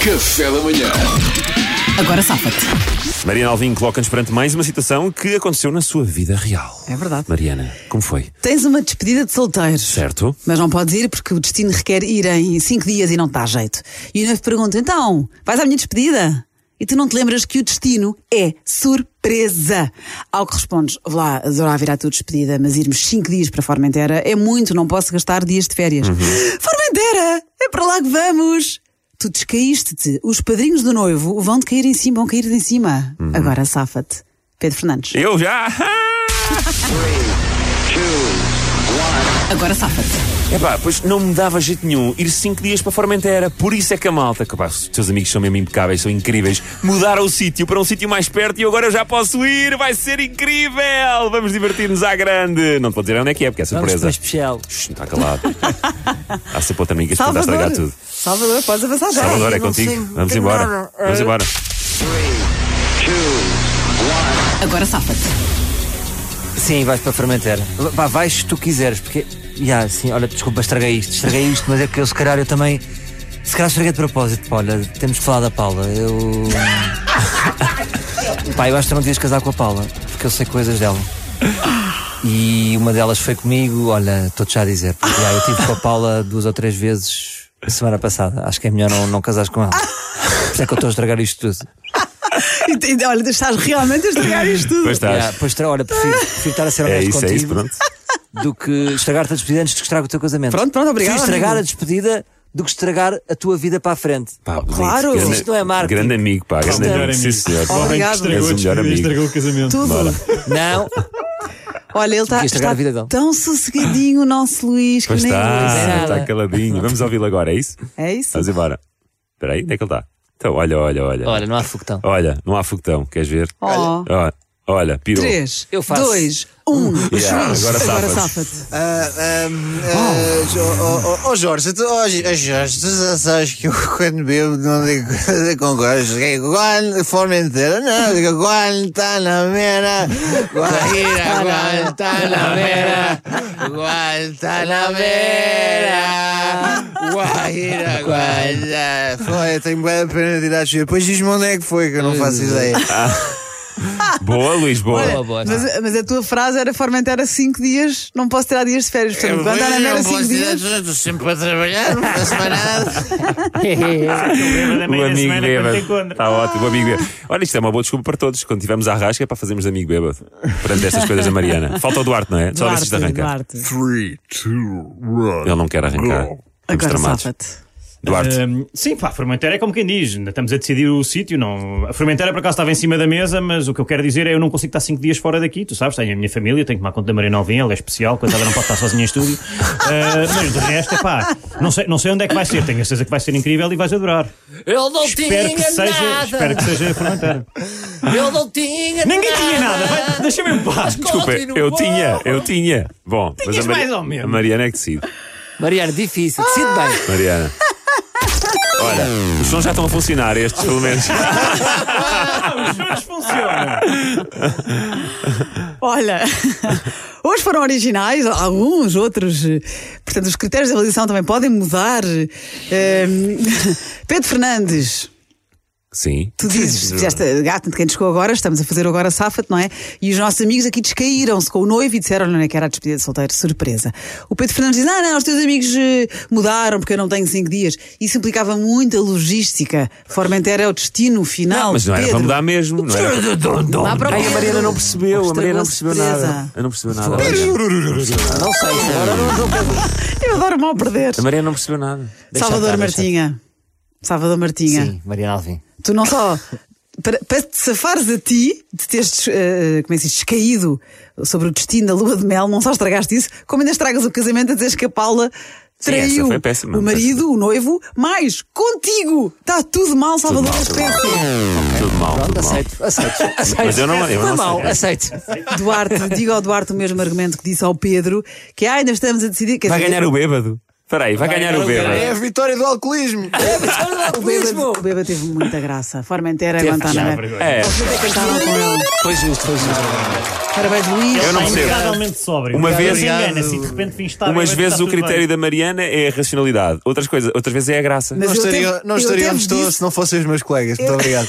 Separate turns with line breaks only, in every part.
Café da manhã.
Agora safa-te.
Mariana Alvim coloca-nos perante mais uma situação que aconteceu na sua vida real.
É verdade.
Mariana, como foi?
Tens uma despedida de solteiros.
Certo?
Mas não podes ir porque o destino requer ir em cinco dias e não te dá jeito. E o noivo pergunta: então, vais à minha despedida? E tu não te lembras que o destino é surpresa. Ao que respondes: Olá, adorava vir à tua despedida, mas irmos cinco dias para Formentera é muito, não posso gastar dias de férias. Formentera! É para lá que vamos! Tu descaíste-te. Os padrinhos do noivo vão te cair em cima, vão cair de em cima. Agora safa-te. Pedro Fernandes.
Eu já!
Agora safa-te.
Epá, pois não me dava jeito nenhum ir cinco dias para Formentera. Por isso é que a malta, capaz, os teus amigos são mesmo impecáveis, são incríveis. Mudaram o sítio para um sítio mais perto e eu agora eu já posso ir. Vai ser incrível! Vamos divertir-nos à grande. Não te vou dizer onde é que é, porque é surpresa.
especial.
Shhh, não está calado. Há sempre outra amiga que está é a estragar tudo.
Salvador, podes avançar já.
Salvador é contigo. Vamos embora. Vamos embora. é-
Agora safa-te.
Sim, vais para fermentar. Pá, vais se tu quiseres, porque. Ya, sim, olha, desculpa, estraguei isto, estraguei isto, mas é que eu se calhar eu também. Se calhar estraguei de propósito, pá, olha, temos que falar da Paula. Eu. pá, eu acho que tu não devias casar com a Paula, porque eu sei coisas dela. E uma delas foi comigo, olha, estou-te já a dizer. Porque, ya, eu tive com a Paula duas ou três vezes semana passada. Acho que é melhor não, não casares com ela. Por isso é que eu estou a estragar isto tudo.
Entendi, Olha, tu estás realmente a estragar isto tudo.
Pois estás.
Ya, pois, tra- olha, prefiro, prefiro estar a ser
É
honesto
isso,
contigo.
é isso, pronto.
do que estragar-te a despedida antes de que estrague o teu casamento.
Pronto, pronto, obrigado,
Prefiro estragar
amigo.
a despedida do que estragar a tua vida para a frente.
Pá, bonito.
Claro.
grande,
Isto não é marketing.
Grande amigo, pá. Grande
Isto é-
amigo. Sim, senhor.
Obrigado.
Alguém que
És o
estragou
melhor
a despedida e
amigo.
estragou o casamento.
Tudo.
Bora.
Não,
Olha, ele está,
Quis
está
estragar a vida dele.
tão sossegadinho, o nosso Luís, que
Pois tá.
nem
está,
nada.
está caladinho. Vamos ouvi-lo agora, é isso?
isso. É isso?
Vamos embora. Espera aí, onde é que ele está? Então, olha, olha, olha.
olha, não há foguetão.
Olha, não há foguetão, queres ver?
Ó.
Olha, olha pirou.
3,
Eu faço.
2, 1.
Yeah, agora safa-te.
safa-te.
Ah, ah, ah, Jo- oh, oh, oh, Jorge, tu, oh, Jo- Jorge, tu já sabes que eu quando bebo não digo coisa com gajos, digo Guan, Formentera, não, digo tá Guantanamera, Guajira, tá Guantanamera, tá Guantanamera, Guajira, Guantanamera. tá? Foi, tenho bem pena de ir à chuva. Depois diz-me onde é que foi, que eu não faço ideia.
Boa, Luís, boa.
Olha, boa.
Mas, mas a tua frase era Formentera 5 dias, não posso tirar dias de férias. Portanto, quando era
é, Eu
tá mera
não
5
posso ir à
dias.
chuva, estou sempre a trabalhar, não faço mais nada.
Ah,
O amigo bêbado.
Tá
Está ótimo, o amigo bêbado. Olha, isto é uma boa desculpa para todos. Quando tivermos a rasca é para fazermos de amigo bêbado. Perante estas coisas da Mariana. Falta o Duarte, não é? Só ver se isto
Duarte,
arranca.
Duarte.
Ele não quer arrancar. Estamos
Agora
tramados.
safa-te.
Duarte.
Ahm, sim, pá, a Formentera é como quem diz, ainda estamos a decidir o sítio. Não... A Formentera por acaso estava em cima da mesa, mas o que eu quero dizer é eu não consigo estar cinco dias fora daqui, tu sabes, tenho a minha família, tenho que tomar conta da Maria Novinha, ela é especial, coitada, não pode estar sozinha em estúdio. Ah, mas de resto, é pá, não sei, não sei onde é que vai ser, tenho a certeza que vai ser incrível e vais adorar.
Eu não
Espero que seja, espero que seja a Formentera.
Eu não tinha
Ninguém tinha nada, vai- deixa-me em paz.
Desculpa, eu tinha, eu tinha. Bom, mas a,
Tinhas mais ou menos.
a Mariana é que decide.
Mariana, difícil, decide bem.
Mariana. Olha, os sons já estão a funcionar, estes pelo menos.
Ah, os shows funcionam.
Olha, hoje foram originais, alguns, outros. eh, Portanto, os critérios de avaliação também podem mudar. Eh, Pedro Fernandes,
Sim.
tu dizes, fizeste gato de quem chegou agora, estamos a fazer o agora safa-te, não é? E os nossos amigos aqui descaíram-se com o noivo e disseram não é que era a despedida de solteiro, surpresa. O Pedro Fernandes diz, ah, não, os teus amigos eh, mudaram porque eu não tenho cinco dias. Isso implicava muita logística. Formentera é o destino final.
Mas não era
Pedro.
para mudar mesmo. Não era
Dá para o
Ai, a Mariana
Pedro.
não percebeu, a Mariana não
Estragou a
percebeu nada.
surpresa.
Eu não percebeu nada. olha.
Não sei, agora não dou
Eu adoro mal perder.
A Mariana não percebeu nada.
Deixa
Salvador
estar, deixa
Martinha. Salvador Martinha.
Sim, Mariana Alvim.
Tu não só. Para, para te safares a ti de teres, eh, como é que se diz, descaído sobre o destino da lua de mel, não só estragaste isso, como ainda estragas o casamento a dizeres que a Paula
essa
traiu
foi péssima,
o marido, o noivo, mais contigo. Está tudo mal, Salvador,
mal,
é
tudo mal.
péssimo.
Tudo mal, tudo
Pronto,
mal.
aceito, aceito, aceito.
Mas eu não- eu
Foi
não
mal,
sei.
aceito.
Duarte, diga ao Duarte o mesmo argumento que disse ao Pedro, que "Ah, ainda estamos a decidir. quer
Vai
dizer,
ganhar o bêbado. Espera aí, vai
Vai
ganhar
ganhar
o
o
Beba.
Beba.
É a vitória do alcoolismo.
O Beba, o Beba teve muita graça. Formentera, Guantanamera.
É,
Vocês até cantaram com ele.
Foi justo, foi justo.
Parabéns, Luís.
Eu não
Está
percebo.
inegavelmente sóbrio.
Uma vez-
engana-se e de repente vim estar.
umas vezes o critério da Mariana é a racionalidade, outras, coisas, outras vezes é a graça.
Mas
Não
eu
estaria,
teve-
não
eu
estaria
teve
onde estou
disso.
se não fossem os meus colegas. Muito obrigado.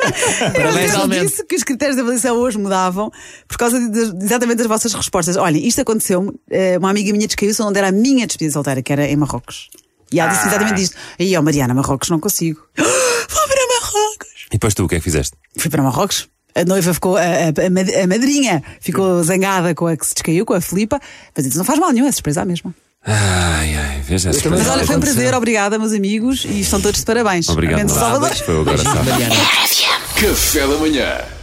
Mas
Parabéns,
ele
realmente.
disse que os critérios de avaliação hoje mudavam por causa de- de- exatamente das vossas respostas. Olhem, isto aconteceu-me. eh, Uma amiga minha descaiu-se onde era a minha despedida solteira, que era em Marrocos. E ela disse exatamente isto. E eu, Mariana, Marrocos não consigo. Vou para Marrocos.
E depois tu, o que é que fizeste?
Fui para Marrocos. A noiva ficou, a, a- a mad- a madrinha ficou zangada com a que se descaiu, com a Filipa. Mas isso não faz mal nenhum, é surpresa à mesma.
Ai, ai, veja essa
Mas
coisa.
olha, foi um prazer, obrigada, meus amigos, e estão todos de parabéns.
Obrigado,
Abençoe Salvador.
Nath. Foi agora, sabe?
Café da Manhã